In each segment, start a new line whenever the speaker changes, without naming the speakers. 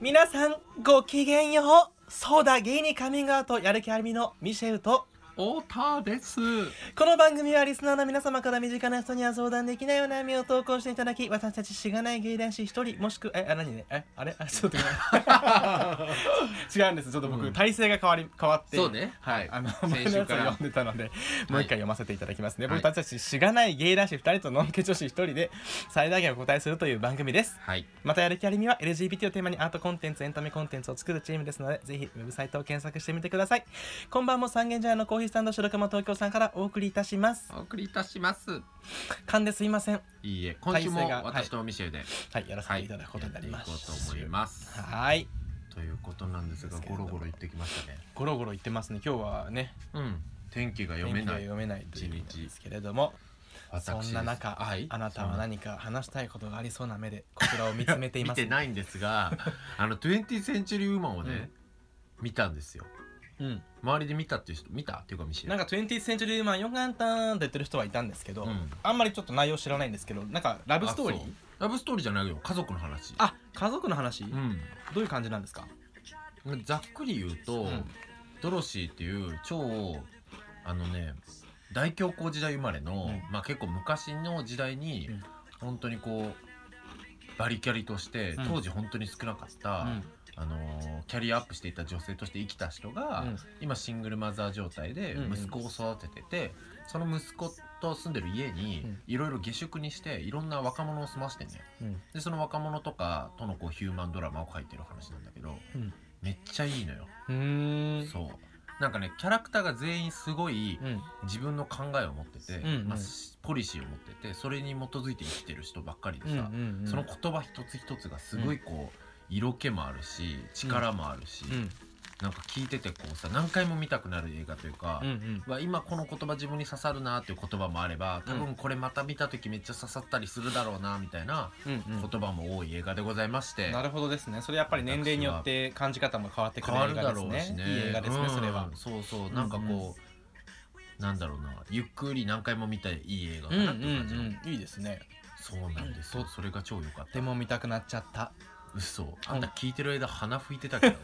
皆さんごきげんようそうだ芸にカミングアウトやる気ありみのミシェウと
太田です。
この番組はリスナーの皆様から身近な人には相談できないお悩みを投稿していただき私たちしがない芸男子一人もしくえあ何ねえあれあちょっとごめん 違うんですちょっと僕、
うん
体勢が変わり変わって
そうね
はいあの
先
前の
週
やつを
から
読んでたのでもう一回読ませていただきますね、
はい
僕たちしがない芸男子二人とのんけ女子一人で最大限お答えするという番組です
はい。
またやる気ありみは LGBT をテーマにアートコンテンツエンタメコンテンツを作るチームですのでぜひウェブサイトを検索してみてくださいこんばんも三軒茶屋のコーヒースタンド白熊東京さんからお送りいたします
お送りいたします。
噛んですいません
いいえ、今週も
体勢が
私とミシェルで、
はいやらせ
は
て
い、
いただくことになります
やっていこうと思います。
はい
ということなんですが、ゴロゴロ言ってきましたね。
ゴロゴロ言ってますね今日はね
うん。天気が読め
天気が
ない。
読めないという
一
こ
日
とですけれども
私
そ
です
んな中、あなたは何か話したいことがありそうな目でこちらを 見つめてい
見
ます
てないんですが、あの20センチュリーウーマンをね、見たんですよ。
うん、
周りで見たっていう人見たっていうかミシェル。
なんか「20th Century Woman よかった」って言ってる人はいたんですけど、
うん
あんまりちょっと内容知らないんですけどなんかラブストーリ
あ
ー
そうラブストーリーじゃないよ。家族の話。
あ家族の話、
うん。
どういう感じなんですか
ざっくり言うと、
うん
ドロシーっていう超あのね大恐慌時代生まれの、
うん
まあ結構昔の時代に、
うん
本当にこうバリキャリとして、
うん
当時本当に少なかった、あのーキャリアアップしていた女性として生きた人が、
うん
今シングルマザー状態で
うんうん
息子を育ててて、その息子と住んでる家に
うん
いろいろ下宿にしていろんな若者を住ましてんね
うん
でその若者とかとのこうヒューマンドラマを書いてる話なんだけど、
うん
めっちゃいいのよ。
うーん
そうなんかねキャラクターが全員すごい
うん
自分の考えを持ってて、
うんうん
まあしポリシーを持っててそれに基づいて生きてる人ばっかりで
うんう
さ、
んうん
その言葉一つ一つがすごいこう、色気もあるし力もあるし、
うん
なんか聞いててこうさ何回も見たくなる映画というか
うんう、ん
うわ今この言葉自分に刺さるなっていう言葉もあれば多分これまた見た時めっちゃ刺さったりするだろうなみたいな
うんうん
言葉も多い映画でございまして、
なるほどですねそれやっぱり年齢によって感じ方も変わってく
変
る
わ
映
る
画
だ
です
ろう
ね
しね
いい映画ですね
うん
それは
そうそう
うん
なんかこう、なんだろうなゆっくり何回も見たいい映画
う
か
んうん
なっていう感じの、
うんいいですね
そうなんですよ
うん
それが超良かった
でも見たくなっちゃった
嘘あんた聞いてる間鼻吹いてたけど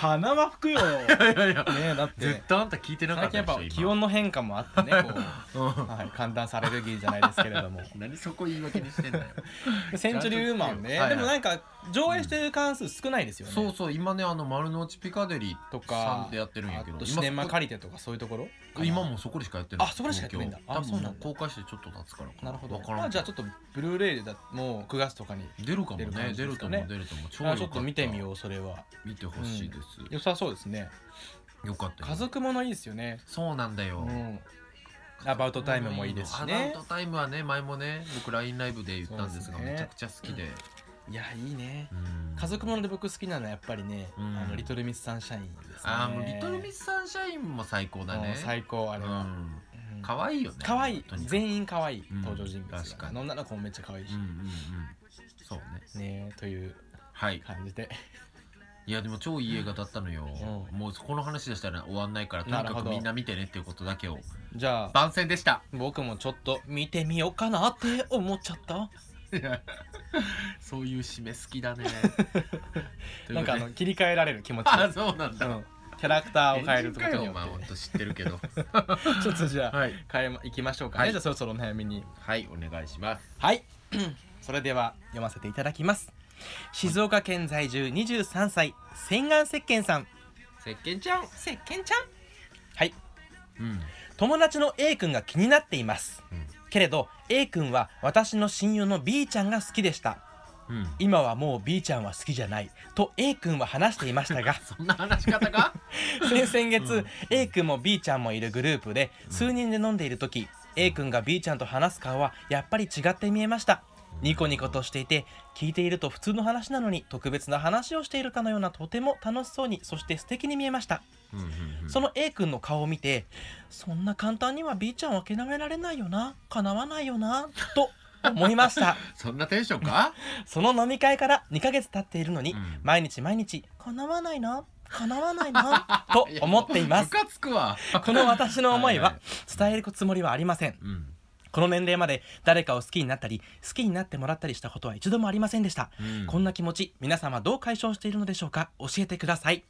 鼻は吹くよね
いやいや
えだっ て
絶対あんた聞いてなか
最
った
近
でしょ
やっぱ気温の変化もあってね こう、
今うん
はい、寒暖差アレルギーじゃないですけれ ども
何そこ言い訳にしてんだよ
センチュリーウーマンね、
はいはい
でもなんか上映してる関数少ないですよね、
そうそう今ねあの丸の内ピカデリー
と
さ
か
んでやってるんやけ
あ
ど
とシネマ
今
借りてとかそういうところかな
今もそこでしかやってない
あそこでしかやってないんだ
東京
あそうなんだ
多分もう公開してちょっと経つからか
なるほど
わからんけ
まあ、じゃあちょっとブルーレイでだもう9月とかに
出るかも
出る感
ね
じ
出
で
ると
すか
思
ね
う出ると思う超良
あ
か
ちょっと見てみよ
う
うそれは
見てほしいです、
良さそうですね
よかったよ
家族ものいいですよね
そうなんだ
う
よ、
んアバウトタイムもいいですし
アバウ
ね
トタイムはね前もね僕 LINE ライブで言ったんですが
そうですね
めちゃくちゃ好きで、
いやいいね
うん
家族もので僕好きなのはやっぱりね、
うん
あのリトルミスサンシャインですね
ああもうリトルミスサンシャインも最高だ
もう
ね
最高あれは、うん
かわいいよね
可愛い
とにかく
全員可愛い
うん
登場人物が、
確かに
あの女の子もめっちゃ可愛いし、
うんうんうんそうね
ねという
はい
感じで
いやでも超いい映画だったのよ、
う
もうこの話でしたら終わんないからとに
なる
か
ほ
く
ど
みんな見てねっていうことだけを
じゃあ
番宣でした
僕もちょっと見てみようかなって思っちゃった
そういう締め好き だねということで
なんかあの切り替えられる気持ち
あ
で
ー
す、
そうなんだ、
うん、キャラクターを変えるってことによ
まあ
っ
本当知ってるけ ど
てちょっとじゃあ
はい
変えまいきましょうかね、
はい
じゃあそろそろお悩みに
はいお願いします
はい それでは読ませていただきます静岡県在住23歳洗顔石鹸さん
石鹸ちゃん
石鹸ちゃんはい
うん
友達の A 君が気になっていますけれど A 君は私の親友の B ちゃんが好きでした
うん、うん、
今はもう B ちゃんは好きじゃないと A 君は話していましたが
そんな話し方 か
先々月、
うん
A 君も B ちゃんもいるグループで数人で飲んでいる時 A 君が B ちゃんと話す顔はやっぱり違って見えましたニコニコとしていて聞いていると普通の話なのに特別な話をしているかのようなとても楽しそうにそして素敵に見えました
うんうんうん
その A 君の顔を見てそんな簡単には B ちゃんは諦められないよな叶わないよなと思いました
そんなテンションか、
その飲み会から2ヶ月経っているの
う
に、
ん
毎日毎日叶わないな叶わない なと思っています
ムカつくわ
この私の思い
は
はい伝えるつもりはありません
うん
この年齢まで誰かを好きになったり好きになってもらったりしたことは一度もありませんでした、
うん
こんな気持ち皆様どう解消しているのでしょうか教えてください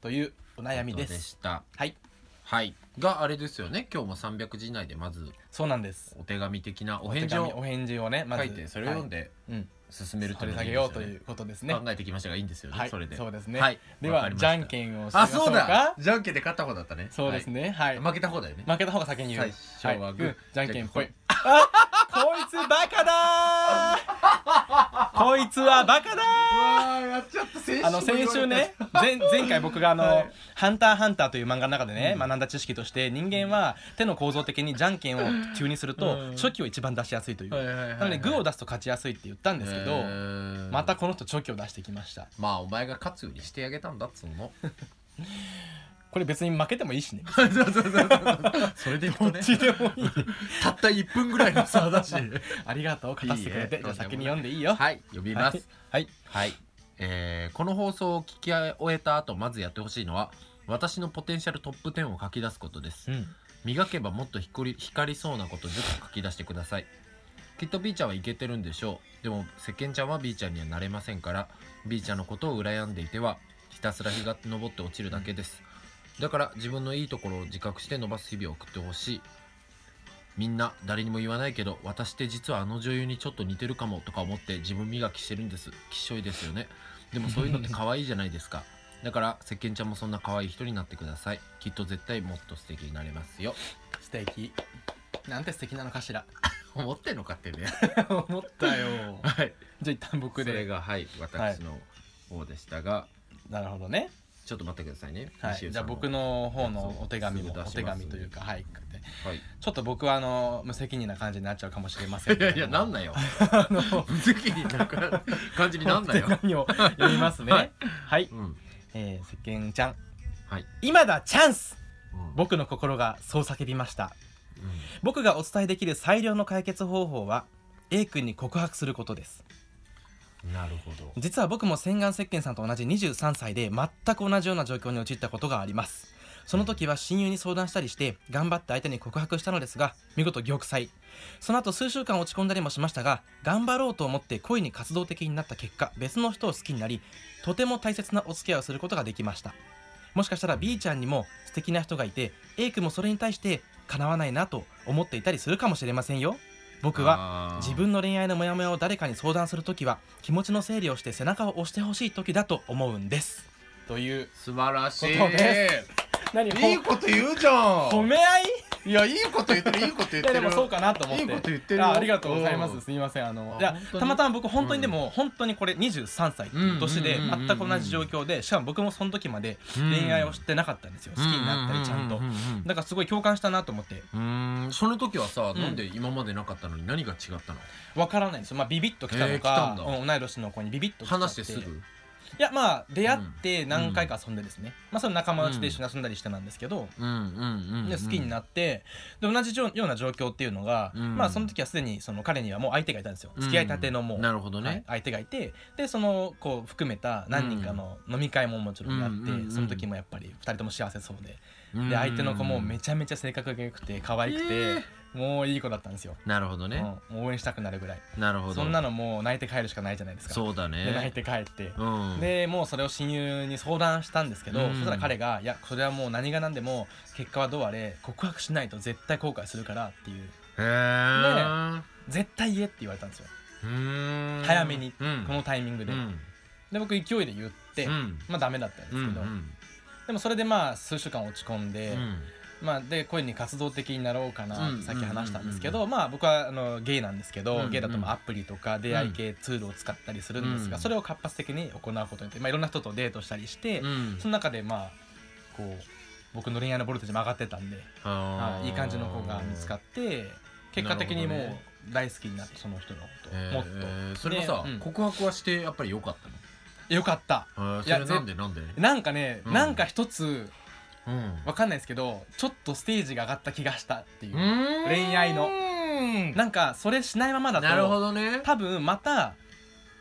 というお悩みです
でした
はい
はいがあれですよね今日も300字以内でまず
そうなんです
お手紙的なお
お
返事
手紙お
を
返事をねま
書
ず
いてそれを読んで
はいうん
進めると
取
いう
り
のが
下
い
げ
いですよ
ようと
ね
いうことですね
考えてきましたがいいんですよね、
はい
それで
そうですね、
はい、
で
わか
は
りまし
じ
た
ゃんけんをしま
あ
しょう
そうだ
か
じゃんけんで勝った方だったね
そうですねは
は
い、
い負けた方だよね
負けた方が先に言う
最初はグー
いうんじゃんけんぽい
じ
あこいつバカだーこいつはバカだ
う
ー
わーやっちゃった先
あの先週ね前前回僕があの、ハンターハンター」という漫画の中でね、学んだ知識として人間は手の構造的にじゃんけんを中にすると、
うん
チョキを一番出しやすいという、
はいはいはいはい
なのでグーを出すと勝ちやすいって言ったんですけど、ま
ま
たこの人チョキを出してきました
まあお前が勝つようにしてあげたんだっつうの
これ別に負けてもいいしね
そうそうそうそうそれでいくとね
どっちでもいい
たった1分ぐらいの差だし
ありがとう勝たせてくれて
いいえ
じゃあ先に読んでいいよ
はい呼びます、
はい
はい、えーこの放送を聞き終えた後まずやってほしいのは私のポテンシャルトップ10を書き出すことです
うん
磨けばもっと光り光りそうなこと10個書き出してくださいきっと B ちゃんはいけてるんでしょうでも世間ちゃんは B ちゃんにはなれませんから B ちゃんのことを羨んでいてはひたすら日が昇って落ちるだけですだから自分のいいところを自覚して伸ばす日々を送ってほしいみんな誰にも言わないけど私って実はあの女優にちょっと似てるかもとか思って自分磨きしてるんですきっしょいですよねでもそういうのって可愛いじゃないですかだから石鹸ちゃんもそんな可愛い人になってくださいきっと絶対もっと素敵になれますよ
素敵なんて素敵なのか しら
思ってんのかって ね
思ったよ
はい
じゃあ一旦僕
それ
で
がはい私の方でしたが、
なるほどね
ちょっと待ってくださいね、
はい、じゃあ僕の方のお手紙も
すぐ出
お
し
手
ます
紙というかはい
はい
ちょっと僕はあの無責任な感じになっちゃうかもしれません
いやいや なん
い
なよ
あの
無責任な感じになんなよ
お手紙を読みますね
は
はいい、
うん
えー、世間ちゃん
はい、
今だチャンス
うん
僕の心がそう叫びました
うん
僕がお伝えできる最良の解決方法は A 君に告白することです
なるほど。
実は僕も洗顔石鹸さんと同じ23歳で全く同じような状況に陥ったことがありますその時は親友に相談したりして頑張って相手に告白したのですが見事玉砕その後数週間落ち込んだりもしましたが頑張ろうと思って恋に活動的になった結果別の人を好きになりとても大切なお付き合いをすることができましたもしかしたら B ちゃんにも素敵な人がいて A 君もそれに対して叶わないなと思っていたりするかもしれませんよ僕は
は
自分の恋愛のモヤモヤを誰かに相談するときは気持ちの整理をして背中を押してほしいときだと思うんですという
素晴らしい。
ことで何
いいこと言うじゃ
褒
ん。
め合い
いやいいこと言ってるいいこと言っ
いや
て
で
る。
もそうかなと思って
いいこと言ってるよ
あありがとうございま
うん
すすみませんあの
あ
いや
本当に
たまたま僕本当にでも本当にこれ23歳っていう年で
うんうんうんうん
全く同じ状況でしかも僕もその時まで
うん
恋愛をしてなかったんですよ好きになったりちゃんと
ううううん
だからすごい共感したなと思って
うんうんその時はさ、
うん
なんで今までなかったのに何が違ったの？
わからないんですよまあビビッときた
えー
の
来たん
か
だ
うん同い年の子にビビッと来ちゃって
話してすぐ。
いやまあ出会って何回か遊んでですね、まあその仲間内で一緒に遊んだりしてなんですけど、
うんうんうん。
で好きに
っ
なってで同じような状況っていうのが、
うん
まあその時はすでにその彼にはもう相手がいたんですよ
うん
付き合いたてのもう、
なるほど
はい
ね。
相手がいてでそのこう含めた何人かの飲み会ももちろんやって、
うんうんうん
その時もやっぱり2人とも幸せそうで、
うん
で相手の子もめちゃめちゃ性格が良くて可愛くて、
え
もういい子だったんですよ、
なるほどね。
うん、もう応援したくなるぐらい
なるほど。
そんなのもう泣いて帰るしかないじゃないですか
そうだ
で泣い
ね。
て帰って、
うん。
でもうそれを親友に相談したんですけど、
うん
そしたら彼が「いやそれはもう何が何でも結果はどうあれ告白しないと絶対後悔するから」っていう
へー
「絶対言え」って言われたんですよ、
うん
早めに
うん
このタイミングで、
うん
で僕勢いで言って、
うん
まあダメだったんで
うん
すけど、でもそれでまあ数週間落ち込んで、
うん
まあで恋に活動的になろうかな、
うん
さっき話したんですけ
うん
ど、まあ僕はあのゲイなんですけど、
うん
ゲイだとまあアプリとか出会い系ツールを使ったりするんですが、
うん
それを活発的に行うことによって、まあ、いろんな人とデートしたりして、
うん
その中でまあこう僕の恋愛のボルテージも上がってたんで、
あ
は
ー
い、いい感じの子が見つかって結果的にもう大好きになってその人のことを
えー
もっと、
えーそれもさ、
でうん
告白はしてやっぱり良かっ
よかった
たの、えー
いや
それなんでなんで、
なんかね、
うん
なんか一つ
うん、
わかんないですけどちょっとステージが上がった気がしたっていう、
恋
恋愛の
な
なんかそれしないままだと
なるほどね
多分また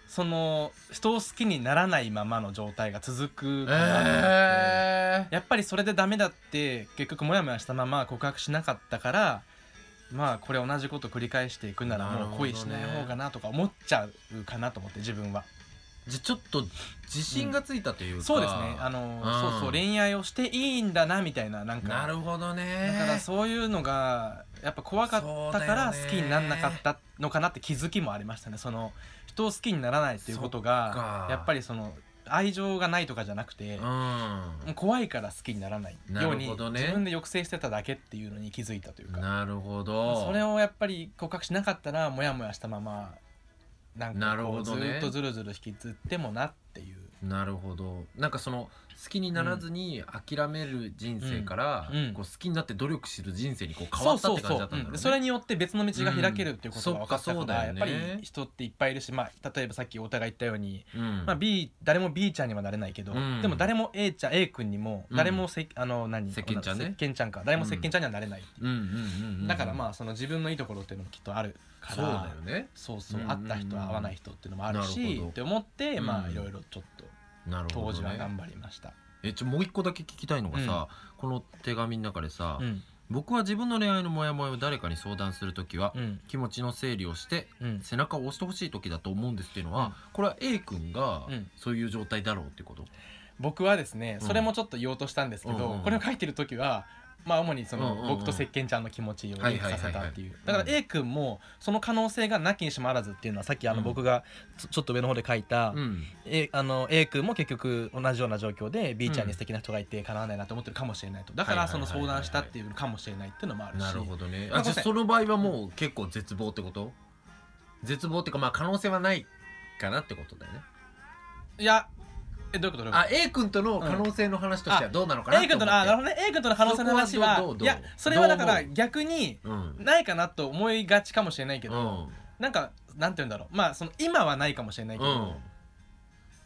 その人を好きにならないままの状態が続くかなと思って
えー
やっぱりそれでダメだって結局モヤモヤしたまま告白しなかったからまあこれ同じこと繰り返していくなら
なる
もう
ほどね
恋しない方がなとか思っちゃうかなと思って自分は
じゃちょっと自信がついたというか、
そうですねあの
うん
そうそう恋愛をしていいんだなみたいななんか
なるほどね
だからそういうのがやっぱ怖かったから
そうだよね
好きにならなかったのかなって気づきもありましたねその人を好きにならないっていうこと
そっか
がやっぱりその愛情がないとかじゃなくて
う、ん
もう怖いから好きにならないよう
なる
に
ほ
自
どね
分で抑制してただけっていうのに気づいたというか
なるほど
それをやっぱり告白しなかったらモヤモヤしたままなん
な
か
る
こ
ほ
うず
どね
っとずるずる引きずってもなっていう、
なるほどなんかその好きにならずに諦める人生から、
うんうん
こう好きになって努力する人生にこう変
そ
わ
う
った
そ
っ
う
て感
そ
じだ
う
ったんだろう
うん
ね
それによって別の道が開けるっていうことが分かった
うんそっかそう
から
だ
や
よ
っ
ね
ぱり人っていっぱいいるしまあ例えばさっきお互い言ったように
うん
まあ B 誰も B ちゃんにはなれないけど
うん
でも誰も A ちゃん A 君にも
うん
誰もせあの何
石鹸ちゃんね
石鹸ちゃんか誰も石鹸ちゃんにはなれない
うんうんうんうん
だからまあその自分のいいところっていうのもきっとあるから
そうだよね
そうそう
うんうん
会
う
っ
ん
た人会わない人っていうのもある
なる
し
ほど
って思って
うん
まあいろいろちょっと
なる
当
ほど、
時は
ね、
頑張りました
えちょもう一個だけ聞きたいのがさ、この手紙の中でさ、
うん
僕は自分の恋愛のモヤモヤを誰かに相談するときは、
うん
気持ちの整理をして
うん
背中を押してほしい時だと思うんですっていうのは、これは A 君が
うん
そういう状態だろうってこと、
僕はですね
うん
それもちょっと言おうとしたんですけ
うん
ど
うん
これを書いてる時はまあ主にそ
うんうん
の
うん
僕と石鹸ちゃんの気持ちをリンクさせたってい
はい
う
はいはいはい
だか
うん
ら A 君もその可能性がなきにしもあらずっていうのはさっきあ
う
の
ん
僕がちょちょっと上の方で書いた
うん、
A, あの A 君も結局同じような状況で B ちゃん
うん
に素敵な人がいて叶わないなと思ってるかもしれないとだか
は
ら
いは
そ
いはい
の
はい
相談したっていうのかもしれないっていうのもあるし
なるほどね
ま
あ
あ
じゃあ
ごめんなさい
その場合はもう結構絶望ってこと絶望っていうかまあ可能性はないかなってことだよね
いやえどういうことどういうこと
あ A 君との可能性の話としては
うん
どうなのかな
A 君とのあなるほどね A 君との可能性の話は
そこはどうどうどう
いやそれはだか
どう
ら
思
逆に
ほどうん
ないかなと思いがちかもしれないけど、
うん
なんかなんて言うんだろうまあその今はないかもしれないけ
う
ど、
ん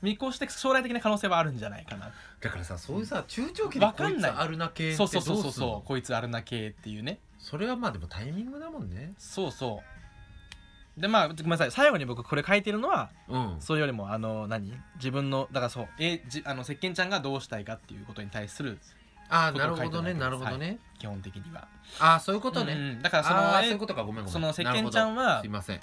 見越して将来的な可能性はあるんじゃないかな
だからさそういうさ中長期で
わ
こ
か
い
ん
つ
ない
あるな系ってど
そう
うす
そ
ん
うそうそうそ
の
うこいつあるな系っていうね
それはまあでもタイミングだもんね
そうそうでまあごめんなさい最後に僕これ書いてるのは
うん
それよりもあの何自分のだからそうえじあの石鹸ちゃんがどうしたいかっていうことに対する
ああ
こと
な
を
る
書い
ほ
て
どね
な
ないる
です
ほどね
基本的には
ああそういうことね、
うんうんだからそ
あーそ
の
うい
え
うことかごめんごめん
その石鹸
なるほど
ちゃんは
すいません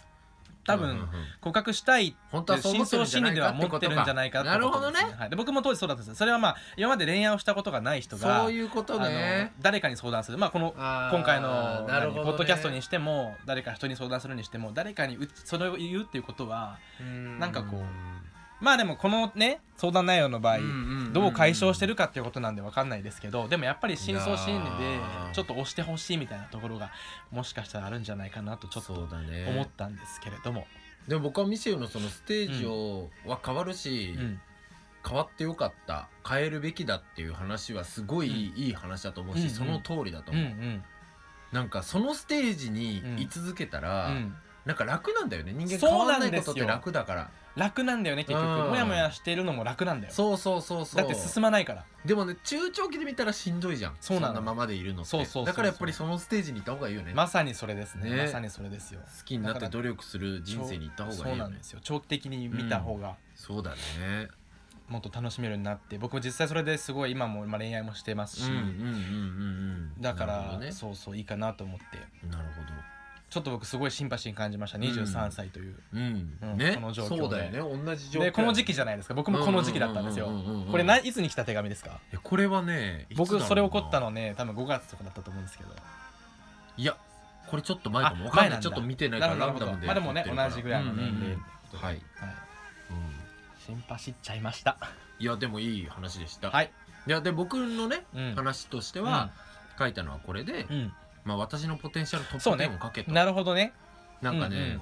多
うんうんうん
分告白したい
本当はそう思
真
ってる
相
んじゃ
心
な
理
いか
で
って
は持
こ
っ
と
て
か
るんじゃないかって
なる
こ
ほ
と
ど
です
ね
はい、で僕も当時そうだったんですよそれはまあ今まで恋愛をしたことがない人が
そういうこと
あ
ね
の誰かに相談する、まあ、この
あー
今回の、
なるほどね
何ポッドキャストにしても誰か人に相談するにしても誰かにうそれを言うっていうことは
な
なんかこうまあでもこのね相談内容の場合、どう解消して
る
るかっていうことなんで分かんないですけどでもやっぱり深層心理で
いやー
ちょっと押してほしいみたいなところがもしかしたらあるんじゃないかなとちょっと
そうだね
思ったんですけれども、
でも僕はミシェルのそのステージをは変わるし、
うん
変わってよかった変えるべきだっていう話はすごいいい話だと思うし、
うん
その通りだと
うんう
思う、
ん
なんかそのステージに居続けた
う
ら、
ん
なんか楽なんだよね人間
そう
変わら
な
なんい
で
こ
す
と
よ
って楽だから
楽なんだよね結
うん
局モヤモヤしてるのも楽なんだよ
そうそうそうそう
だって進まないから
でもね中長期で見たらしんどいじゃん
そうなの
んなままでいるのって
そうそうそうそう
だからやっぱりそのステージに行った方がいいよね、
まさにそれですね
ね
まさにそれですよ
好きになって努力する人生に行った方がいい
そうな
よ
ん
ね
ですよ長期的に見た方が
そうだね
もっと楽しめるようになって僕も実際それですごい今もまあ恋愛もしてますし、
うんうんうんうんうん
だか
なるほ
ら、
どね
そうそういいかなと思って
なるほ
ちょっと僕すごいシンパシー感じました
ん
23歳という、
どうん、
うん
ね
この状況で
そうだよね同じ状況
でこの時期じゃないですか僕もこの時期だったんですよ、これないいつに来た手紙ですか
やこれはね
僕それ起こった
の
のね多分5月とかだったと思うんですけど
いやこれちょっと前かも
あ
わかん
前
な
ないんだ
ちょっと見てないか
な
ら
るほど
ラ
な
ン
る
ダ
ほ
ム
ど
で
まあで
撮ってる
もね
から
同じぐらいの年
うんうん
齢
うんはい、うん、
シンパシーっちゃいました
いやでもいい話でした、、
はいい
やで僕のね、
うん
話として
で
は、、書いたのはこれで、
うん
まあ、私のポテンシャルトップ
そうね
10をかけと、
なるほどね
なんかね、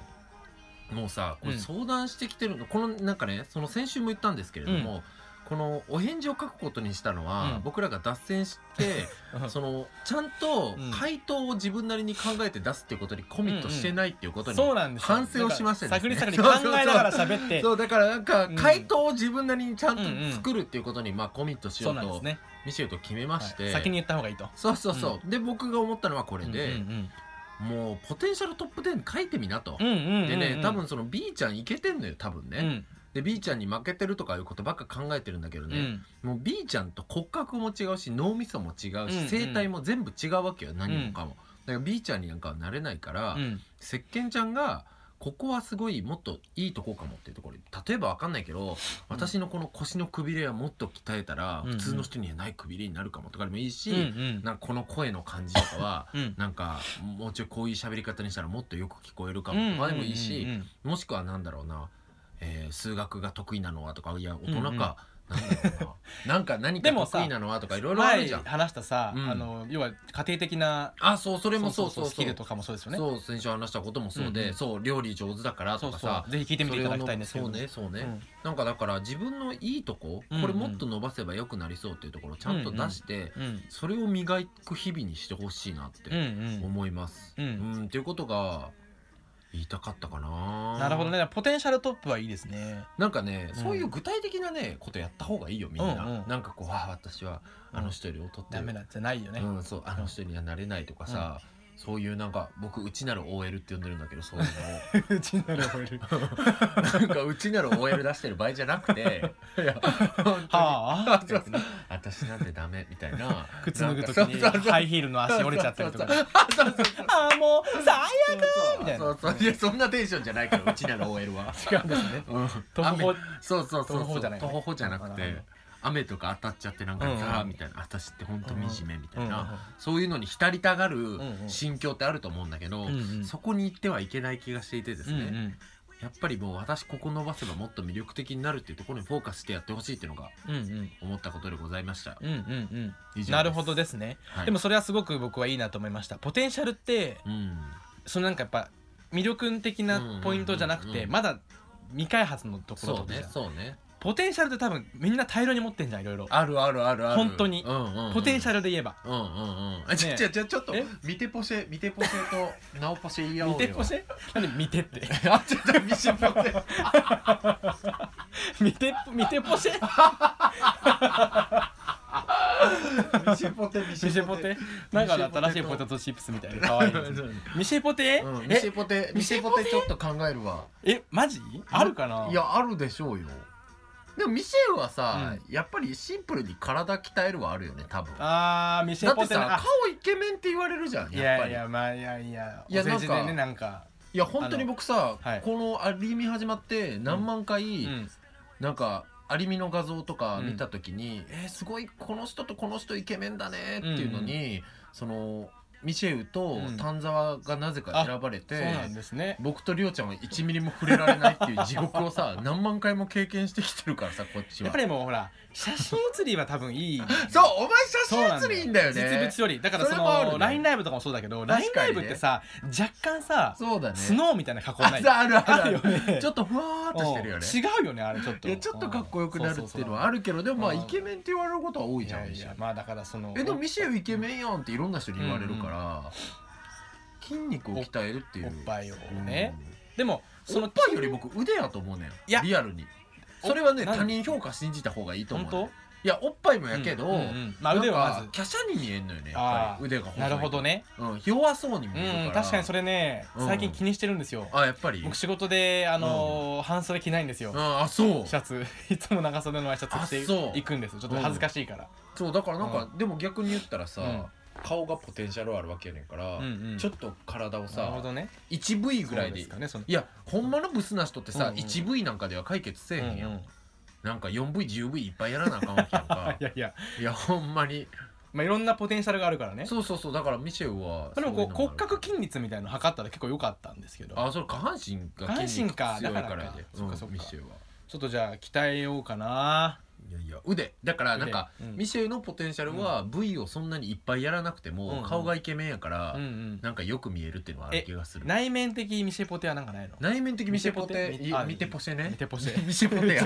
もうさこれ
うん
相談してきてるの、このなんかねその先週も言ったんですけれども、このお返事を書くことにしたのは、
うん
僕らが脱線して そのちゃんと
うん
回答を自分なりに考えて出すっていうことにコミットしてないっていうことに、
そうなんですよ
反省をしましたね
だから探り探り考えながら喋って
そうだからなんか
うん
回答を自分なりにちゃんと
うんうん
作るっていうことにまあコミットしよ
そう
う
なんです
と
ね
ミシェルと決めまして、
はい先に言った方がいいと
そうそうそう、で僕が思ったのはこれで、
うん
もうポテンシャルトップ10書いてみなと
う、んうんうんうんうん
でね多分その B ちゃんいけてんのよ多分ね、
うん
で B ちゃんに負けてるとかいうことばっか考えてるんだけど
う
ね、
ん
もう B ちゃんと骨格も違うし脳みそも違うし、
うんうん
生態も全部違うわけよ何もかも、から B ちゃんになんかはなれないから、
うん
石鹸ちゃんがここはすごいもっといいとこかもっていうところ例えばわかんないけど私のこの腰のくびれはもっと鍛えたら
うんう
普
ん
通の人にはないくびれになるかもとかでもいいし、
うんうん
なんかこの声の感じとかは
うん
なんかもうちょいこういう喋り方にしたらもっとよく聞こえるかもとかでもいいし、
うんうんうん
もしくはなんだろうな、えー数学が得意なのはとかいや大人
うんうん
か、なんだろうななんか何か
でもさ
得意なのはとかいろいろある
前
じゃん。
話したさ、
うん
あの要は家庭的な
あそうそれもそうそう
スキルとかもそうですよね
そう先週話したこともそうで、
うんうん
そう料理上手だからと
そう
か
そ
さ
うぜひ聞いてみていただきたいんですけど
それをのそうねそうね、
うん
なんかだから自分のいいとこ
うんうん
これもっと伸ばせば良くなりそうっていうところをちゃんと出して、
うん
それを磨く日々にしてほしいなっ
うんう
て
ん
思います。
うん
うんっていうことが言いたかったかな。
なるほどねポテンシャルトップはいいですね
なんかね、
うん
そういう具体的なねことやった方がいいよみんな、
うんうん
なんかこうああ私はあの人より劣って
ダ
る、
メなんじゃないよね、
うん、そうあの人にはなれないとかさ、そういうなんか僕うちなる OL って呼んでるんだけどそういう
うちなら覚えるは
のを なんかうちなる OL 出してる場合じゃなくて いや本当に
あ
そうそう私なんてダメみたいな
くつ脱ぐ時に
なんかそうそうそう
ハイヒールの足折れちゃったりとか
そうそうそうそう
ああもう最みたいな
そうそういやそんなテンションじゃないからうちなる OL は
悪違うんですね
うん
徒歩
雨そうそうそう
徒歩じゃない
徒歩じゃなく
うん
て雨とか当たっちゃってなんか
うんうん
ザーみたいな私って本当惨めみたいな、
法
そういうのに浸りたがる
んうん
心境ってあると思うんだけど、
うんうん
そこに行ってはいけない気がしていてですね、
うん
やっぱりもう私ここ伸ばせばもっと魅力的になるっていうところにフォーカスしてやってほしいっていうのが
うんうん
思ったことでございました。
うんうんうん
以上です
なるほどですね、
はい
でもそれはすごく僕はいいなと思いましたポテンシャルって
うん、
そのなんかやっぱ魅力的なポイントじゃなく
うんうんうん
て
うん
まだ未開発のところ
そ
と
う
かじゃ
ね
ん
そうね
ポテンシャルって多分みんな大量に持ってんじゃんいろいろ
あるあるあるある
本当に
うんうんうん
ポテンシャルで言えば
うんうんうんあじゃ
ね
じゃじゃちょっと
え
見てポシェ見てポシェとナオポシェ言い合おう
見
よ
てポシェなんで見てって
あちょっと見てポシェ
見て見 てポシェ
ミシェポテミ
ミシェポテなんか新しいポテトチップスみたいな可愛いですねミシェポテ、
うんミシ
え
ェポテ
ミ
ミ
シ
シ
ェ
ェ
ポ
ポ
テ
テちょっと考えるわ
えマジあるかない
やあるでしょうよでもミシェはさ、やっぱりシンプルに体鍛えるはあるよね多分だ
あーミシェ
っ
ポ
て
テの
さ
あ
顔イケメンって言われるじゃん
い
やっぱり
やい
いや
やまあいやいや
いや
お世辞でね
な
なんか
本当に僕さ、
あのはい
このアリミ始まって何万回、
うん
なんかアリミの画像とか見た時に、えーすごいこの人とこの人イケメンだねっていうのに、そのミシェウと
うん
丹沢がなぜか選ばれて、
そうなんですね
僕とリオちゃんは1ミリも触れられないって いう地獄をさ何万回も経験してきてるからさこっち
やっ
は
ぱりもうほら写真写りは多分いい
そうお
そう
前
な
写真写りいいんだよ
実
ね
物よりだからそ
それもある
の
ね
LINE ライブとかもそうだけど LINE
確
ラ
か
イ
にね
ブってさ若干さ
そうだね
スノーみたいな囲
あ
んない
あるあ
ある
る
よね
ちょっとふわーっとしてるよね
うん違うよねあれちょっと
いやちょっとかっこよくなるっていうのはあ
る
るけどでもまあ
うん
イケメンって言われることは多いじゃん
いや
ミ
い
シェウ
やまあだからその
えでもミシェウイケメンやんっていろんな人に言われるから、筋肉を鍛えるっていう
おっぱいをね、でも
うん
そ
お
の
っぱいより僕腕やと思うねん
いや
リアルに
お
それはね
なん
他人評価信じた方がいいと思
本
うねん
当
いやおっぱいもやけど、
うんうんうんまあ腕はま
なん
ず
か華奢に見えんのよねやっぱり腕が細いと
なるほど、ね
うん、弱そうに見えるから
うん確かにそれね
うん
最近気にしてるんですよ
あやっぱり
僕仕事であのー半袖着ないんですよ
ああそう
シャツ いつも長袖のワイシャツ
あ
着
そう
ていくんですちょっと恥ずかしいから
そうだからなんか、でも逆に言ったらさ、
うん
顔がポテンシャルあるわけやねんから、
うんうん
ちょっと体を
なる
さ
ほ、どね
1V ぐらい
そ
で
うですかねその
いやほんまのブスな人ってさ、
うんうん
1V なんかでは解決せえへんやん、
うんうん
なんか 4V10V いっぱいやらなあかんわけやん
あ
か
いやいや
いやほんまに
まあいろんなポテンシャルがあるからね
そうそうそうだからミシェウは
でもこう
そういのが
骨
ある
格筋率みたいなの測ったら結構良かったんですけど
あそれ下半身が筋肉
下半身か
強い
だ
か
から
ら
か
やで
そっかそっ
う
か
んミシェウは
ちょっとじゃあ鍛えようかない
やいや腕だからなんか、
腕うん
ミシェウのポテンシャルは V をそんなにいっぱいやらなくても、
うんうん
顔がイケメンやから、
うんうん
なんかよく見えるっていうのはある気がする
内面的ミシェポテはなんかないの
内面的ミシェポテ
ミシェポテ
い
あ
見てポシェね
見てポシェ
見 てポテや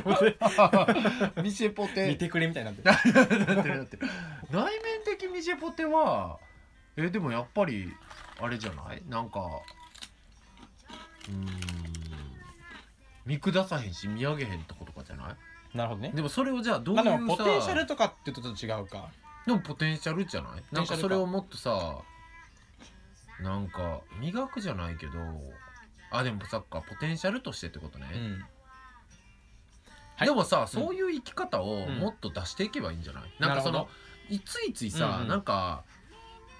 見てポテ
見てくれみたいになってる
なってるなってる内面的ミジェポテはえでもやっぱりあれじゃないなんかうーん見下さへんし見上げへんとことかじゃな
なるほどね
いでもそれをじゃあどういう
まあ
さ
でもポテンシャルとかって言うとちょっと違うか
でもポテンシャルじゃない
テ
な
ン
ん
シャルか
かそれをもっとさなんか磨くじゃないけどあでもさっかポテンシャルとしてってことね、
うんはい
でもさそういう生き方を
うん
もっと出していけばいいんじゃない、
ん
なんかそ
なる
の
ほ
いついついさ、
うんうん
なんか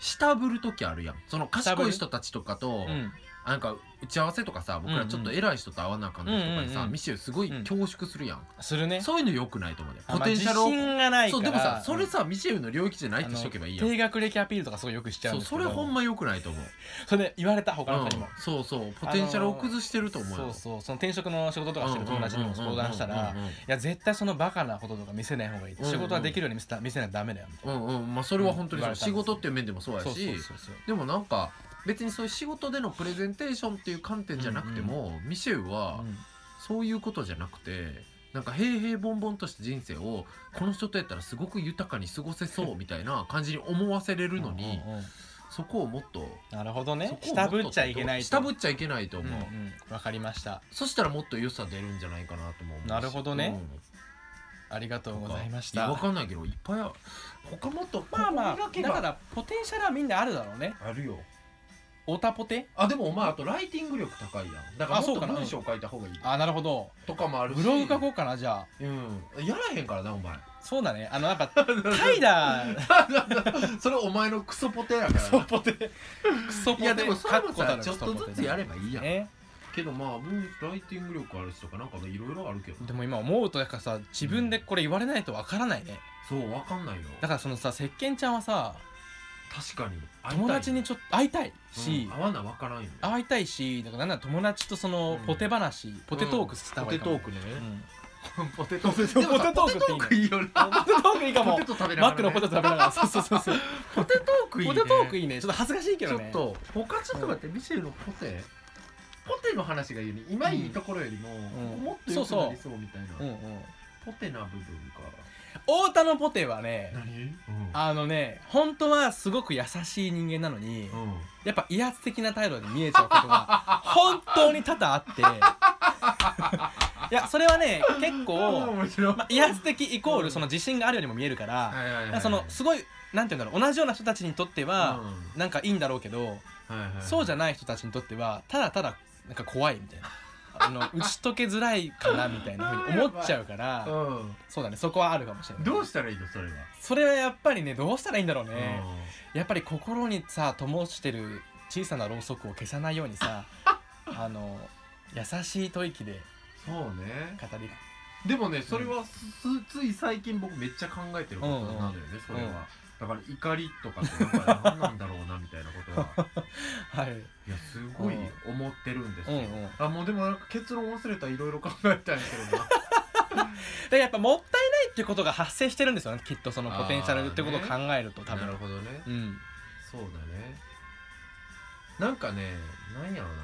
下振る時あるやんその賢い人たちとかと、
うん
なんか打ち合わせとかさ僕らちょっと偉い人と会わなあかん時とかにさ、
うんうん
ミシェルすごい
うん
恐縮するやん、
するね
そういうの良くないと思うね
あ
ポテンシャル
ま
を
あ自信がないか
そう
ら
でもさそれさ、ミシェルの領域じゃないってしとけばいいやん
低学歴アピールとかすごいよくしちゃう
そ
ん
う
です
そ
けど
れほんま良くないと思う、
それ言われた他の人に
うん
も、
そうそうポテンシャルを崩してると思うよ、
そうそうその転職の仕事とかしてる友達にも相談したら
うんうんうんうん
いや絶対そのバカなこととか見せない方がいいって仕事はできるように見せた見せないとダメだよみたい
うんうんまあそれは本当にそう
うん言われたんです
仕事っていう面でもそうや
な
し
そうそうそうそう
でもなんか別にそういう仕事でのプレゼンテーションっていう観点じゃなくても、ミシェルは
うん
そういうことじゃなくてなんか平々凡々とした人生をこの人とやったらすごく豊かに過ごせそうみたいな感じに思わせれるのに、
うんうんうん
そこをもっと
なるほど
そ
ね
こをも
下
と
ぶっちゃいけないと
下ぶっちゃいけないと思う、
うんうんわかりました
そしたらもっと良さ出るんじゃないかなとも思うし
なるほどね、
うん
ありがとうございまし
いや
た
わかんないけどいっぱいある他もっと
まあまあ
ここけ
だ
が
からポテンシャルはみんなあるだろうね
あるよ
オタポテ
あでもお前あとライティング力高いやんだから
あ
も
そ
っ
う
と
かな
文章書いた方がいい
あなるほど
とかもあるし
ブログ書こうかなじゃあ
うんやらへんからなお前
そうだねあのなんかタイダー
それお前のクソポテやか
ク
ら
ソ
な
ポテクソポ
い
テ
やでもそれも
確固た
さ
る
ちょっとずつやればいいやん
ね
けどまあ文ライティング力あるしとかなんかいろいろあるけど
でも今思うとやっぱさ自分でこれ言われないとわからないね
そうわかんないよ
だからそのさ石鹸ちゃんはさ
確かに会いたい
友達にちょっと会いたいし、
うん会わなわからんよね
会いたいしだからなんなら友達とその
うん
ポテ話、ポテトークした方がいい
ポ
か
テトー
も
クね
うん
ポテトーク
トー
で
ク
もさ
ポ
ポ
テ
テ
ト
ト
ー
ー
ク
クいいよな
ポテトークいいか
ポ
も
テト食べながらね
マックのポテト食べながらそうそうそうそう
ポテトークいい
ポ
ね
テトークいいねちょっと恥ずかしいけ
ち
ど
ょっ
ね
と他ちょっと待ってミシェルのポテポテの話がいいね今いいところよりも
ん
もっと良くなりそうみたい
うんう
なんポテな部分か
太田のポテはね
何
あのね本当はすごく優しい人間なのに、
うん
やっぱ威圧的な態度で見えちゃうこと が本当に多々あっていやそれはね結構、
面白い
まあ、威圧的イコー
う
ル
ん
その自信があるようにも見えるから、
はいはい
だ
は
か
い
らそのすごいなんて言うんだろう同じような人たちにとっては、
う
なんかいいんだろうけど、
んはいはい
そうじゃない人たちにとってはただただなんか怖いみたいな。あの打ち解けづらいかなみたいなふうに思っちゃうから、
うん
そうだねそこはあるかもしれない
どうしたらいいのそれは
それはやっぱりねどうしたらいいんだろうね、
うん
やっぱり心にさ灯してる小さなろうそくを消さないようにさあの優しい吐息で
そうね
語り
でもねそれはすつい最近僕めっちゃ考えてることなんだよねそれ
うん
はだから怒りとかってなんか何なんだろうなみたいなことは
はい
いやすごい思ってるんですよ、
うんうん
あもうでもなんか結論忘れたいろいろ考えたいんですけど な
でやっぱもったいないっていうことが発生してるんですよねきっとそのポテンシャルってことを考えると多分、
なるほどね
うん
そうだねなんかねなんやろうな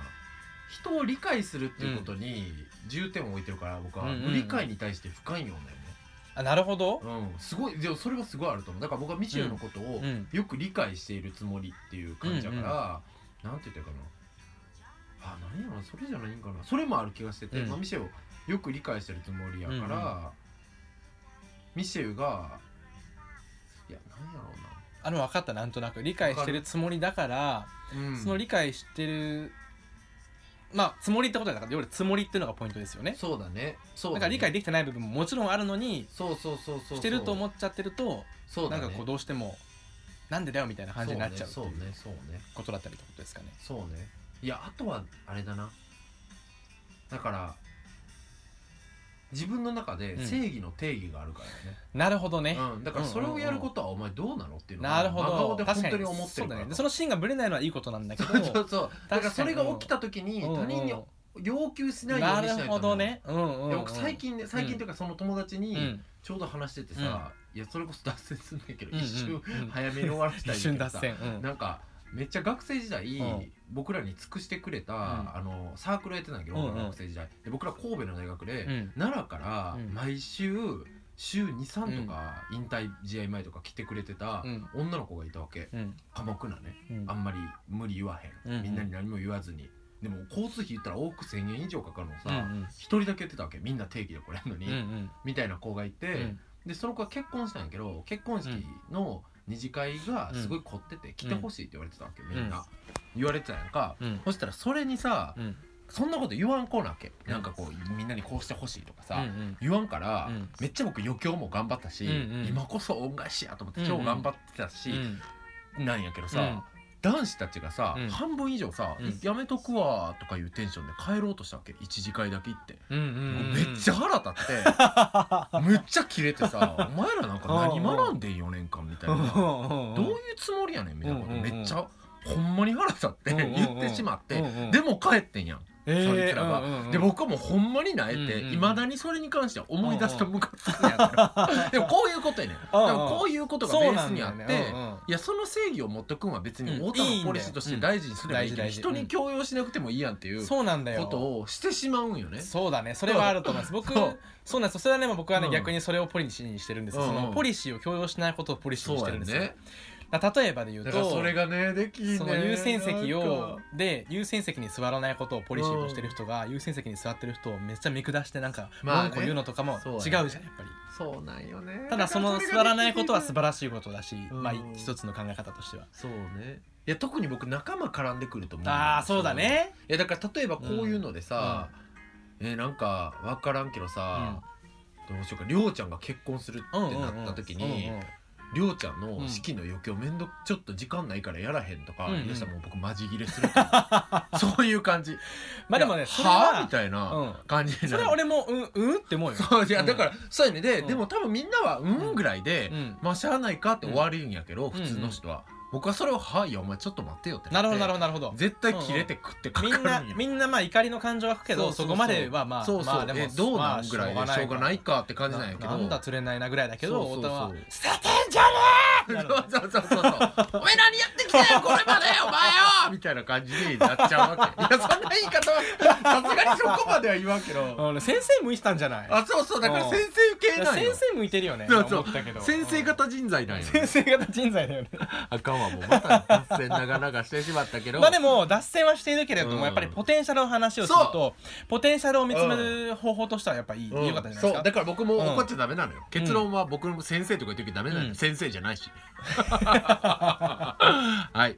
人を理解するっていうことに重点を置いてるから、僕は
うんうんうん
無理解に対して不寛容だよね
あなるほど
うんすごいでもそれはすごいあると思うだから僕はミシェルのことを
うん
よく理解しているつもりっていう感じだから、なんて言ったらいいかなあ何やろなそれじゃないんかなそれもある気がしてて、
うん
まあ、ミシェルをよく理解してるつもりやから、
うんうん
ミシェルがいや何やろう
あの分かったなんとなく理解してるつもりだから、
な、うん
その理解してるまあつもりってことだから要はつもりっていうのがポイントですよね
そうだねそうだね
だから理解できてない部分ももちろんあるのに
そうそうそうそう
してると思っちゃってると
そう
な
だ、ね、
んかこうどうしてもなんでだよみたいな感じになっちゃうって
そ
いう
ね
う
そうねそうね
ことだったりってことですかね
そうねいやあとはあれだなだから自分の中で
うん
正義の定義があるからね、
なるほどね、
うん、だからそれをやることはお前どうなのっていうの
な
が
るほ
真顔
ど
で
確
本
か
当
に
に思って
そう
るか
だ
ら
ねでその芯がぶれないのはいいことなんだけど
そうそうそうだか
確からに
それが起きた時に
うんう
他
ん
人に要求しないよ
な
うに
る
しないと
ほどねうんうん、
い
うん、
や僕最近ね最近というかその友達
う
に
ん
ちょうど話しててさ、いやそれこそ脱線するんだけど、
うんうん
一瞬
うん
早めに終わらせた
一
いんだ
瞬
けど
脱
さ
線、うん、
なんかめっちゃ学生時代、
うん
僕らに尽くしてくれた、
ん
あのサークルやってたんだけど、
うんうん
僕ら学生時代で僕ら神戸の大学で、
うん
奈良から
うん
毎週週23とか、引退試合前とか来てくれてた
うん
女の子がいたわけ
うん
寡黙なね
うん
あんまり無理言わへん、
うんうん
みんなに何も言わずにでも交通費言ったら往復1,000円以上かかるの
うんう
さ
ん
一、人だけ言ってたわけみんな定義でこれやんのに、
うんうん
みたいな子がいて、
うん
でその子は結婚したんやけど結婚式の二次会がすごい凝ってて、来てほしいって言われてたわけみんな、言われてたやんか、
うん
そしたらそれにさ、
うん
そんなこと言わん子なわけ、
うん
なんかこうみんなにこうしてほしいとかさ、
うんうん
言わんから、
うん
めっちゃ僕余興も頑張ったし、
うんうん
今こそ恩返しやと思って超頑張ってたし、
うん
なんやけどさ、
うん
男子たちがさ、
うん
半分以上さ、
うん
やめとくわ」とかいうテンションで帰ろうとしたわけ一次会だけ行って、
うんうんうん
めっちゃ腹立 っ
ゃ
てむっちゃキレてさ「お前らなんか何学んでん4年間」みたいなどういうつもりやねんみたいなこと
うんうんうん
めっちゃほんまに腹立って
うんうんうん
言ってしまって
うんうん
でも帰ってんやん。
え
そ
ー
いつらが
うんうんうん
で僕はもうほんまに泣いて
うんうん
いまだにそれに関しては思い出すとムカつくんやけど でもこういうことやねんだからこういうことがベ
そう
ー
な
ス
ん
に
だ
あ
よ
っ
ね
て
うんうん
いやその正義を持っとくんは別に
うん
太田のポリシーとして大事にすればいいけど
いいんだよ
人
うん
に強要しなくてもいいやんっていうこ
そうなんだよ
とをしてしまうんよね。
そうだねそれはあると思います僕
そう
そうなんですよそれはね僕はね、
うん
逆にそれをポリシーにしてるんですよ、
うんうん
そのポリシーを強要しないことをポリシー
そ
にし
う
て
や
る
ん
んですよ、
ね。
だから例えばで言う
だ
と
からそれがねできんねん
その優先席
なん
を
か
で優先席に座らないことをポリシーとしてる人が、優先席に座ってる人をめっちゃ見下してなんか
まあね
文句を言うのとかも違う
そう
じ
や
ゃ
ね
んやっぱり
そうなんよね
ただその座らないことは素晴
らしい
らしいことだし、
うん
まあ一つの考え方としては、
そうねいや特に僕仲間絡んでくると思う
ああそうだね
いやだから例えばこういうのでさ、えーなんか分からんけどさ、どうしようかりょうちゃんが結婚するってなった時に
うんうん
りょうちゃんの式の余興めんどくちょっと時間ないからやらへんとか
うんうん
言い出したらもう僕マジギレ するから、そういう感じ
まあでも
いや
ねそれ
はあみ
は
たいな感じになる
それは俺もうんうんって思うよ
そういや
うん
だから、そうやねで、
うん
でも多分みんなは「うん」ぐらいで、
うん
まあしゃあないかって終わるんやけど、
ん
普通の人は、僕はそれを「はいいやお前ちょっと待ってよ」って
なるほどなる
ほ
ほどなるほど
ど絶対切れて食ってかか
み
るん
んな
や、
みんなまあ怒りの感情は吹くけど
う
そうこまではまあ
そうそう、
まあでも
えどうなんぐらいで
まあ
しょうがないかって感じなんやけど
なんだ釣れないなぐらいだけど
そうそうそう
太田は「捨ててんじゃねえ!」なるほどね
そうそうそうそうそうお前何やってきたよこれまでお前よみたいな感じになっちゃう わけいやそんな言い方はさすがにそこまでは言わんけど
あの先生向いてたんじゃない
あそうそうだから先生系
いや
なん
先
よ
生向いてるよね
そうそう
思ったけど
先生方人材なんよ、
先生型人材だよね
あかんわもうまた脱線長々してしまったけ ど
まあでも脱線はしているけれど
うん
もやっぱりポテンシャルの話をするとポテンシャルを見つめる方法としてはやっぱいい
うん
良かったじゃない
そう
で
だから僕も
うん
怒っちゃダメなのよ、結論は僕の先生とか言ってるけどダメなのよ、
うん
先生じゃ ないしはい
すか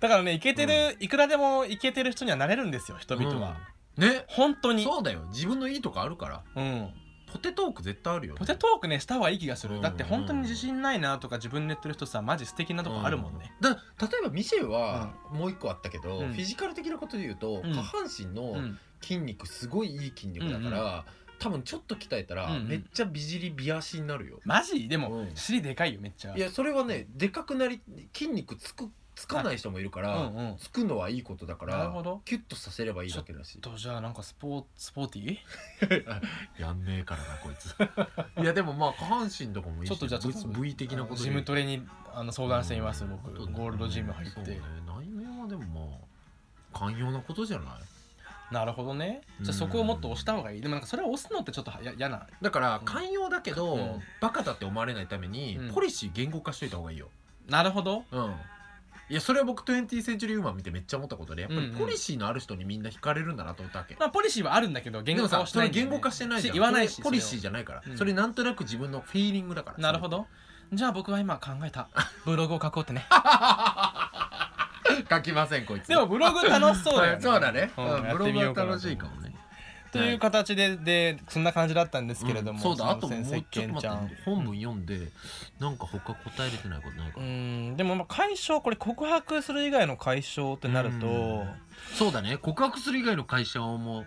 だからねいけてるいくらでもいけてる人にはなれるんですよ人々は
うんね
本当に
そうだよ自分のいいとこあるから
うん
ポテトーク絶対あるよね、
ポテトークねした方がいい気がす
うん
るだって本当に自信ないなとか自分で言ってる人さマジ素敵なとこあるもんね、
だ例えばミシェルはもう一個あったけど、
うん
フィジカル的なことで言うと、
うん
下半身
う
の
ん
筋肉すごいいい筋肉だから、
うん
多分ちょっと鍛えたら、
うんうん
めっちゃ美尻美足になるよ、
マジでも、
うん
尻でかいよめっちゃ
いやそれはねでかくなり筋肉つくつかない人もいるか
う
ら、
んうん
つくのはいいことだか
なる
ら
ほど
キュッとさせればいいだけだし
とじゃあなんかスポースポーティー
やんねえからなこい ついやでもまあ下半身とかもいいし
ちょっとじゃあちょっと
V, V 的なことで
ジムトレにあの相談してみます
うん
僕
そうね
ゴールドジム入っ
そう
て、
ね内面はでもまあ寛容なことじゃない
なるほどねじゃあそこをもっと押した方がいいでもなんかそれを押すのってちょっとはや嫌な
だから
うん
寛容だけど、
うん
バカだって思われないために、
うん
ポリシー言語化しといた方がいいよ
なるほど
うんいやそれは僕20センチュリーウーマン見てめっちゃ思ったことでやっぱり
うんうん
ポリシーのある人にみんな惹かれるんだなと思ったわけ、
まあポリシーはあるんだけど言
でも
語化
さ
はし
そ
な
れ
いんだよ
言
ね、
語化してないじゃん
言わない
そ
し
れポリシーじゃないから、
うん
それなんとなく自分のフィーリングだから
なるほどじゃあ僕は今考えたブログを書こうってね
書きませんこいつ
でもブログ楽しそうだよ ね
そうだね、
うん
うん
や
ブ
っ
ロ
て
グ
みよう
は
かな
楽しいかもね
という形ででそんな感じだったんですけれども、
うんそうだあ
の
ともうちょっ
先生
と
健ち
待
ゃ
っ
ん
て本文読んでなんか他答えれてないことないか
う
な、
んでもまあ解消これ告白する以外の解消ってなると、
うんそうだね告白する以外の会社も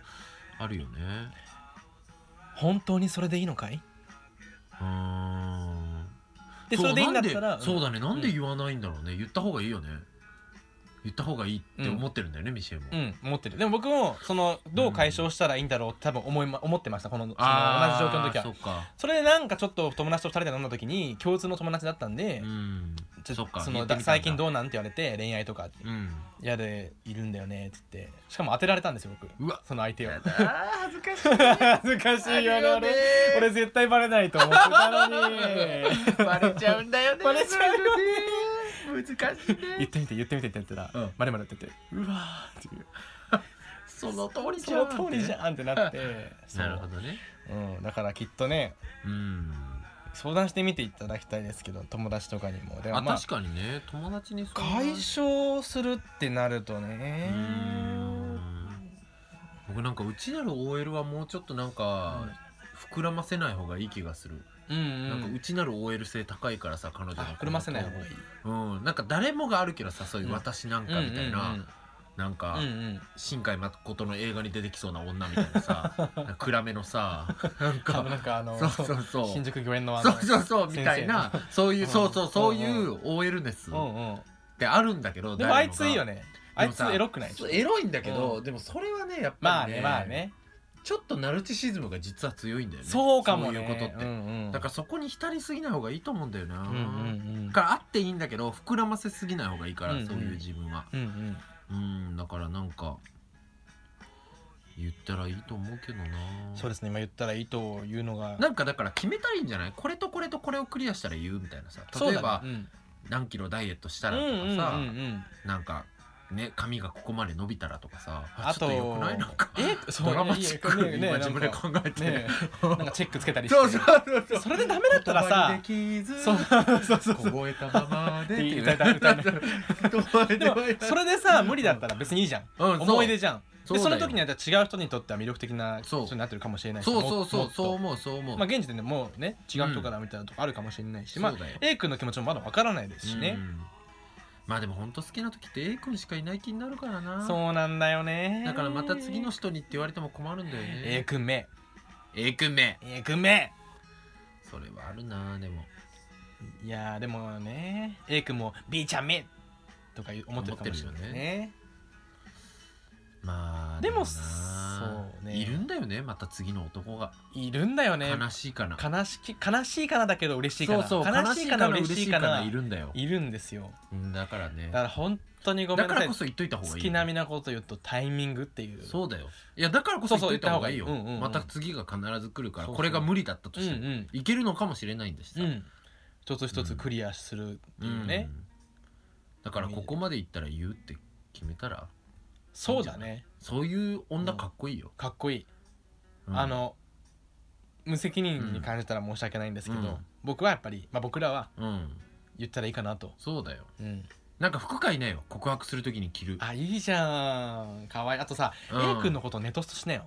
あるよね
本当にそれでいいのかいう
ーん
で
う
それでいいんだった
な
ら
でそう
だ
だねなんで言わないんだろうね、言った方がいいよね言った方がいいって思ってるんだよね、ミシェルも、
うん思ってるでも僕もそのどう解消したらいいんだろうって多分思い、ま、思ってましたこのその同じ
あ
状
ー
況の時は
そ
そ
っか
れでなんかちょっと友達と2人で飲んだ時に共通の友達だったんで
う、ん
ちょ
そっか
そ
言ってみ
の
たんだ
最近どうなんって言われて恋愛とか
うん
やでいるんだよねって言ってしかも当てられたんですよ僕
うわ
その相手 を
恥ずかしい
恥ずかしいよね俺俺絶対バレないと思ってたの に
バレちゃうんだよね
バレちゃ
うね難しい
言っ
ね
てみて言ってみてって言ったら
うん
「まるまる」って言って「うわ」っていう
その通り
そ
じゃ
の
ん
通りじゃんってなって
なるほどね
そう、うん、だからきっとね
うん
相談してみていただきたいですけど友達とかにもで
あ
もまあ
確かにね友達にそんな
解消するってなると
う
ね
ーん僕なんかうちなる OL はもうちょっとなんか膨らませない方がいい気がする
ううんうん
なんか内なる OL 性高いからさ彼女の
あくるませない方がいい
うんなんか誰もがあるけどさそういう
うん
私なんかみたいな、なんか、
うんうんうん
新海誠の映画に出てきそうな女みたいな さなんか暗めのさなん
あ
か
のなんかあの
そうそうそう
新宿御苑のあ
そ
の
うそうそうみたいなそういううんそうそうそういうう OL ネスっ
うんうん
てあるんだけど
でもあ
誰
い
も
つ
が
いいよねあ
で
い
も
つ
さ
エロくないち
そ
ょ
う
っと
エロいんだけど、
う
でもそれはねやっ
ま
ぱ
あ
り、
ねまあね
ちょっとナルチシズムが実は強いんだよね
そうかもね
そういうことって、
うんうん
だからそこに浸りすぎない方がいいと思うんだよな、
うんうんうん
だからあっていいんだけど膨らませすぎない方がいいから、
うんうん
そういう自分は
うんうん
うんだからなんか言ったらいいと思うけどな
そうですね今言ったらいいというのが
なんかだから決めたらいいんじゃないこれとこれとこれをクリアしたら言うみたいなさ例えば、
そうだね
何キロダイエットした
う
らと
ん
かさ、
うんうんうんうん
なんかね髪がここまで伸びたらとかさ
あ
ちょ
と
っよくないなんか
えそう
ドラマチック
ね
に
ね
今自分で
なん
考
か
えて、
ね なんかチェックつけたりして
そうそうそうそう
それでダメだったらさ
言葉にできず
そうそうそうそう
凍えたままでっていう
歌えた歌えたでもそ
れ
れでさ無理だったら別にいいじゃん思い出じゃん
そ
で
う
そ
だ
の
よ
時にはじゃあ違う人にとっては魅力的な
そう
人になってるかもしれないし
そうそう
も
そ
も
う
っと
そう思うそう思う、
まあ現時点でもうね違う人からみたいなとこあるかもしれないし、まあ
そうだよ
A 君の気持ちもまだわからないですしね
う、んまあでも本当好きな時って A 君しかいない気になるからな
そうなんだよね
だからまた次の人にって言われても困るんだよ
A
ね
君目
A 君目
A 君目
それはあるなでも
いやーでもね A 君も B ちゃん目とか思ってるかもしれな
思
い
ってるよ
ね
まあ
でも
な
そうね
いるんだよねまた次の男が
いるんだよね
悲しいかな
悲しき悲しいかなだけど嬉しいかな
そうそう
悲しいかな
悲
嬉しいかない
るんだよ
いるんですよ
うんだからね
だから本当にごめ
だ
ん
か
なさ
ら
い
こそ言っといた方がいいよ
月並みなこと言うとタイミングっていう
そうだよいやだからこそ言っといた方がいいよ
そうそう言った方がいいうんうんうん
また次が必ず来るから
そうそう
これが無理だったと
うん
し
う
ても、
ん
いけるのかもしれないんだしさ、
うん一つ一つクリアするっていうね、
うんだからここまで行ったら言うって決めたら
そうだね
そういう女かっこいいよ、
かっこいい、
うん
あの無責任に感じたら申し訳ないんですけど、
うん
僕はやっぱり、まあ、僕らは
うん
言ったらいいかなと、
そうだよ
うん、
なんか服買いなよ告白するときに着る
あいいじゃんかわいいあとさ、
うん
A 君のことネトストしなよ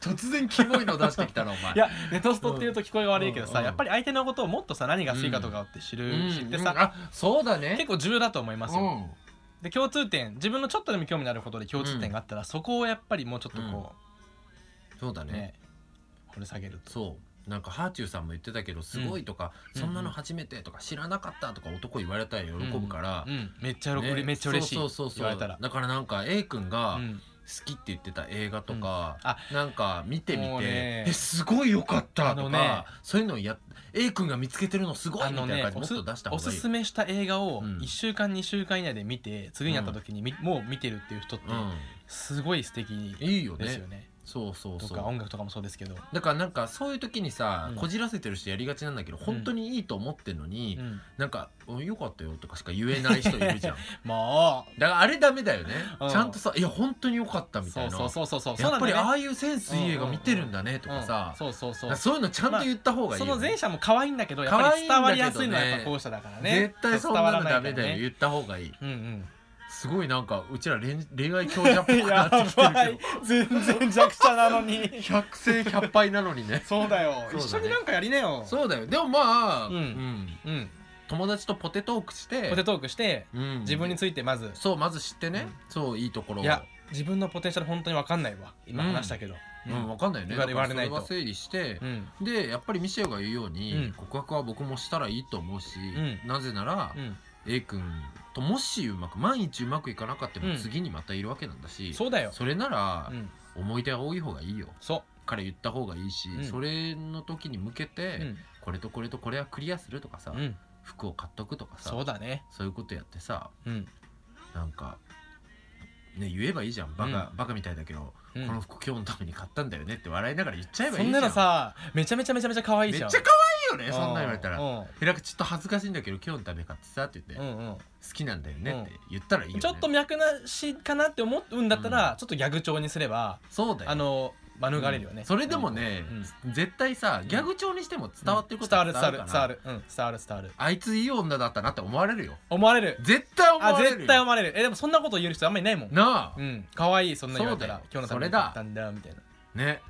突然キモいの出してきたなお前
いやネトストっていうと聞こえが悪いけどさ、
うん
やっぱり相手のことをもっとさ何が好きかとかって
う
知る、
ん
知って
うん
さ、
あそうだね
結構重要だと思いますよ、
うん
で共通点自分のちょっとでも興味のあることで共通点があったら、そこをやっぱりもうちょっとこ
そうだ
う、
ね
ね掘り下げると
そうなんかハーチューさんも言ってたけど「すごい」とか、
うん
そんなの初めて」とか「知らなかった」とか男言われたら喜ぶから、
うんうんめっちゃ喜び、
ね
めっちゃ嬉しい
そうそうそう
言われたら、
だからなんか A 君が
うん
好きって言ってた映画とか、
うんあ
なんか見てみ
もう
て、
ね
えすごいよかった
あ
とか、
のね
そういうのをや A 君が見つけてるのすごい
あ
みた
の
いな感
ね
じ
お
もっ
す
と出した方
お
が
す
いい
すめした映画を
うん
1週間2週間以内で見て次に会った時にみ、もう見てるっていう人って
う
すごい素敵
ん、いいよね
ですよね
そうそう
と
そ
か
う
音楽とかもそうですけど、
だからなんかそういう時にさ、
うん
こじらせてる人やりがちなんだけど本当にいいと思ってんのに、
うん、
なんか「うんよかったよ」とかしか言えない人いるじゃん
も
だからあれダメだよね、
うん
ちゃんとさ「いや本当に良かった」
う
みた
そ
いうな
そうそうそうそう
やっぱりあ
あ
あいうセンスいい映画見てるんだねとかさ、
そうそうそ
だから
う
そういうのちゃんと言った方がいい
そ
よ、ね
の前者も可愛いんだけどやっぱり伝わりやすいのはやっぱ後者だからね
絶対そんなのダメ
伝わらないか
だ
ら
よ、
ね
言った方がいい
うんうん
すごいなんかうちら恋恋愛強者っぽくな
や
ってきてる
ば い全然弱者なのに
けど百戦百敗なのにね
そうだよ
そうだね
一緒になんかやりなよ
そうだよでもまあ、
うん
ん
うん
友達とポテトークして
ポテトークして
うん
自分についてまず
そうまず知ってね、そういいところを
いや自分のポテンシャル本当に分かんないわ今話したけど
うん、分かんないよね
言われ言われないと
だからそれは整理して、
うん
でやっぱりミシェルが言うように、
うん
告白は僕もしたらいいと思うし、
う
なぜなら
う、ん
A 君ともしうまく万一うまくいかなかった
う
ら
ん
次にまたいるわけなんだし、
そうだよ
それなら
うん
思い出は多い方がいいよ
そ
彼言った方がいいし、
うん
それの時に向け
う
て、
うん
これとこれとこれはクリアするとかさ、
うん
服を買っとくとかさ
そうだね
そういうことやってさ
うん
なんか。ね、言えばいいじゃんバカ,、バカみたいだけど、
うん
この服今日のために買ったんだよねって笑いながら言っちゃえば
そ
いい
ん
じゃ
なんのさめちゃめちゃめちゃめちゃ可愛い
めっ
じ
ち
ゃ
ゃ
ん
可愛いよねそんなん言われたら
うん
えなんかちょっと恥ずかしいんだけど今日のため買ってさって言って、
う
好
んうん
きなんだよねって言ったらいいよ、ね、
ちょっと脈なしかなって思うんだったらちょっとギャグ調にすれば
そうだよ
あの免れるよ
う
ね
んそれでもね、絶対さ
ん
ギャグ調にしても伝わってること
伝わ
は
る伝わる
から
伝わるうん伝わる伝わる
あいついい女だったなって思われるよ
思われる
絶対思われ
あ
るよ
絶対思われるえでもそんなこと言える人あんまりいないもん
なあ
う、ん可愛いそんな言われたら
そうだ
今
よ
日のため
それ
に
だ
買ったんだみたいな
ね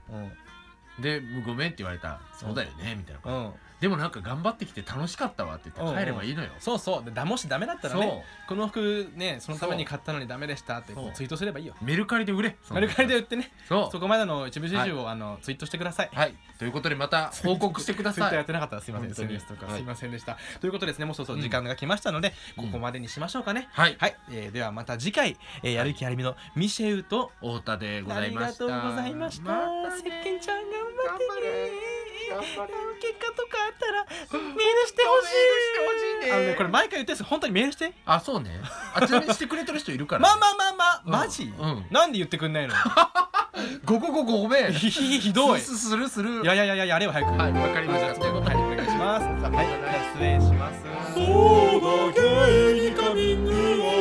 うん
で「ごめん」って言われた「
そう
そうだよね」みたいな
うん
でもなんか頑張ってきて楽しかったわって言って帰ればいいのよ、
そうそうでだもしダメだったらねこの服ねそのために買ったのにダメでしたって
そう
ツイートすればいいよ
メルカリで売れ
メルカリで売ってね
そう
そこまでの一部始終をあのツイートしてください
はいということでま た報告してくだ
ツイッ
さ
ターやっ
い
てなかったらすいません
本当に
SNS とか
はい
すいませんでしたということでですねもうそろそろ時間が来ましたので
うん
ここまでにしましょうかね
はい
はいえーではまた次回えーやる気ありみのミシェウと
太田でござ
あ
い
り
ま
が
した
とうございました。
また
せ
ね
っけんちゃん頑張ってね。
頑張れ頑張れ
結果とかあったらメールしてほしい。
メールしてほしいね
あのこれ毎回言ってるんですよ本当にメールして。
あそうねあちなみにしてくれてる人いるから、
ま あまあまあまあ、
うん
マジ、
うん
なんで言ってくん ないの
ごごごごごめん
ひひひひどい。
すすするする
いやいやいやいや、やれよ早く。
はいわかりました
じゃあはい、お願いします。はい、じゃあ失礼します。
そうだゲイにカミングアウト